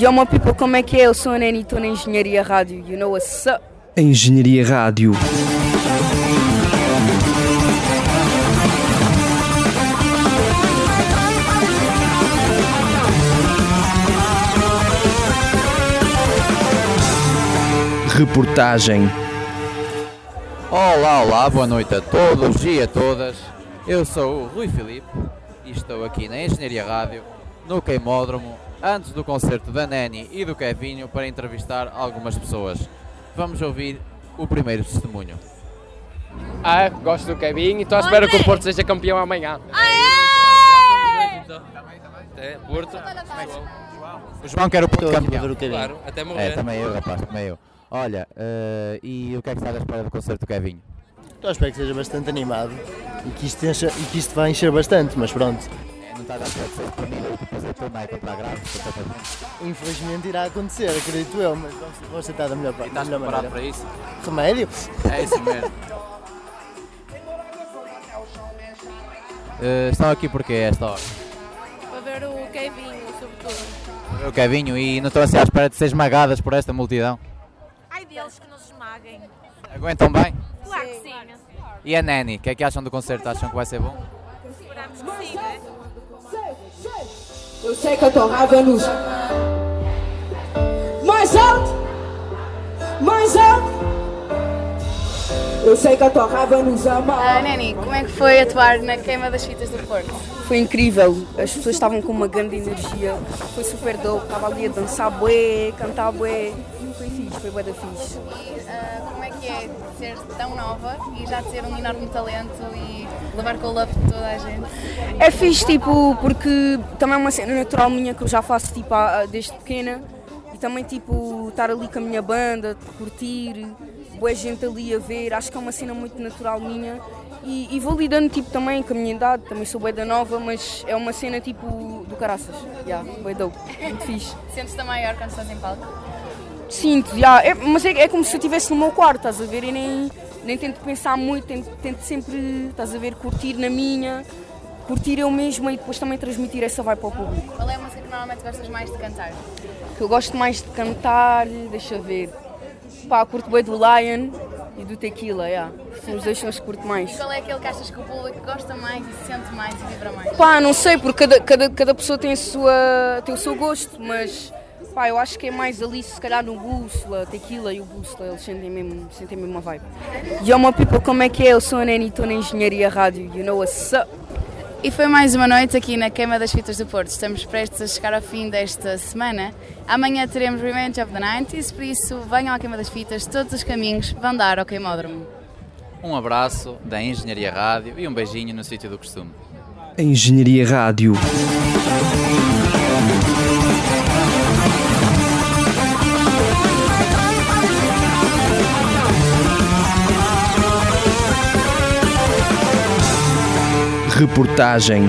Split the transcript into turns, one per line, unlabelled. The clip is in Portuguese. Yo, my people, como é que é? Eu sou a Nani, estou na Engenharia Rádio. You know what's up?
Engenharia Rádio. Reportagem.
Olá, olá, boa noite a todos e a todas. Eu sou o Rui Filipe e estou aqui na Engenharia Rádio, no Queimódromo, antes do concerto da Nani e do Kevinho para entrevistar algumas pessoas. Vamos ouvir o primeiro testemunho.
Ah, gosto do Kevinho e estou à espera que o Porto seja campeão amanhã.
É, Porto.
O João quer o ponto campeão.
Claro, até morrer.
É, também eu, rapaz, também eu. Olha, eh, e o que é que está à espera do concerto do Kevinho?
Então, espero que seja bastante animado e que isto, encha, e que isto vai encher bastante, mas pronto.
É, Não está a dar certo, sei que mim, tipo, fazer tudo na para grave,
Infelizmente irá acontecer, acredito eu, mas vamos, vamos tentar da melhor, da melhor maneira.
isso?
Remédio?
É isso mesmo.
Estão aqui porque é esta hora.
Para ver o Kevinho, sobretudo.
O Kevinho, e não estão assim à espera de ser esmagadas por esta multidão.
Ai deles que nos esmaguem.
Aguentam bem?
Claro que sim.
E a Nani, o que é que acham do concerto? Acham que vai ser bom?
Esperamos que sim, né?
Eu sei que eu tô raiva-nos. é Mais alto! Mais alto! Eu sei que a tua raiva é nos ama.
Nani, como é que foi atuar na queima das fitas do Porto?
Foi incrível. As pessoas estavam com uma grande energia. Foi super dope. Estava ali a dançar bué, cantar bué. Foi fixe, foi bué da fixe.
E ah, como é que é ser tão nova e já ter um enorme talento e levar com o love de toda a gente?
É fixe, tipo, porque também é uma cena natural minha que eu já faço, tipo, há- desde pequena. E também, tipo, estar ali com a minha banda, curtir, boa gente ali a ver. Acho que é uma cena muito natural minha. E, e vou lidando, tipo, também com a minha idade. Também sou bué da nova, mas é uma cena, tipo, do caraças. Já, yeah, bué dope. Muito fixe.
Sentes-te maior quando estás em palco?
Sinto, já. É, mas é, é como se eu estivesse no meu quarto, estás a ver? E nem, nem tento pensar muito, tento, tento sempre, estás a ver, curtir na minha, curtir eu mesma e depois também transmitir essa vibe para o público.
Qual é a música que normalmente gostas mais de cantar?
Que eu gosto mais de cantar, deixa ver. Pá, curto bem do Lion e do Tequila, já. São os dois sons que curto mais.
Qual é aquele que achas que o público gosta mais e sente mais e vibra mais?
Pá, não sei, porque cada, cada, cada pessoa tem, a sua, tem o seu gosto, mas pá, eu acho que é mais ali, se calhar, no Bússola, Tequila e o Bússola, eles sentem mesmo, sentem mesmo a vibe. Yo, my people, como é que é? Eu sou a Nani, estou na Engenharia Rádio, you know what's up?
E foi mais uma noite aqui na Queima das Fitas do Porto. Estamos prestes a chegar ao fim desta semana. Amanhã teremos Revenge of the 90s, por isso venham à Queima das Fitas, todos os caminhos vão dar ao Queimódromo.
Um abraço da Engenharia Rádio e um beijinho no sítio do costume.
Engenharia Rádio. Reportagem.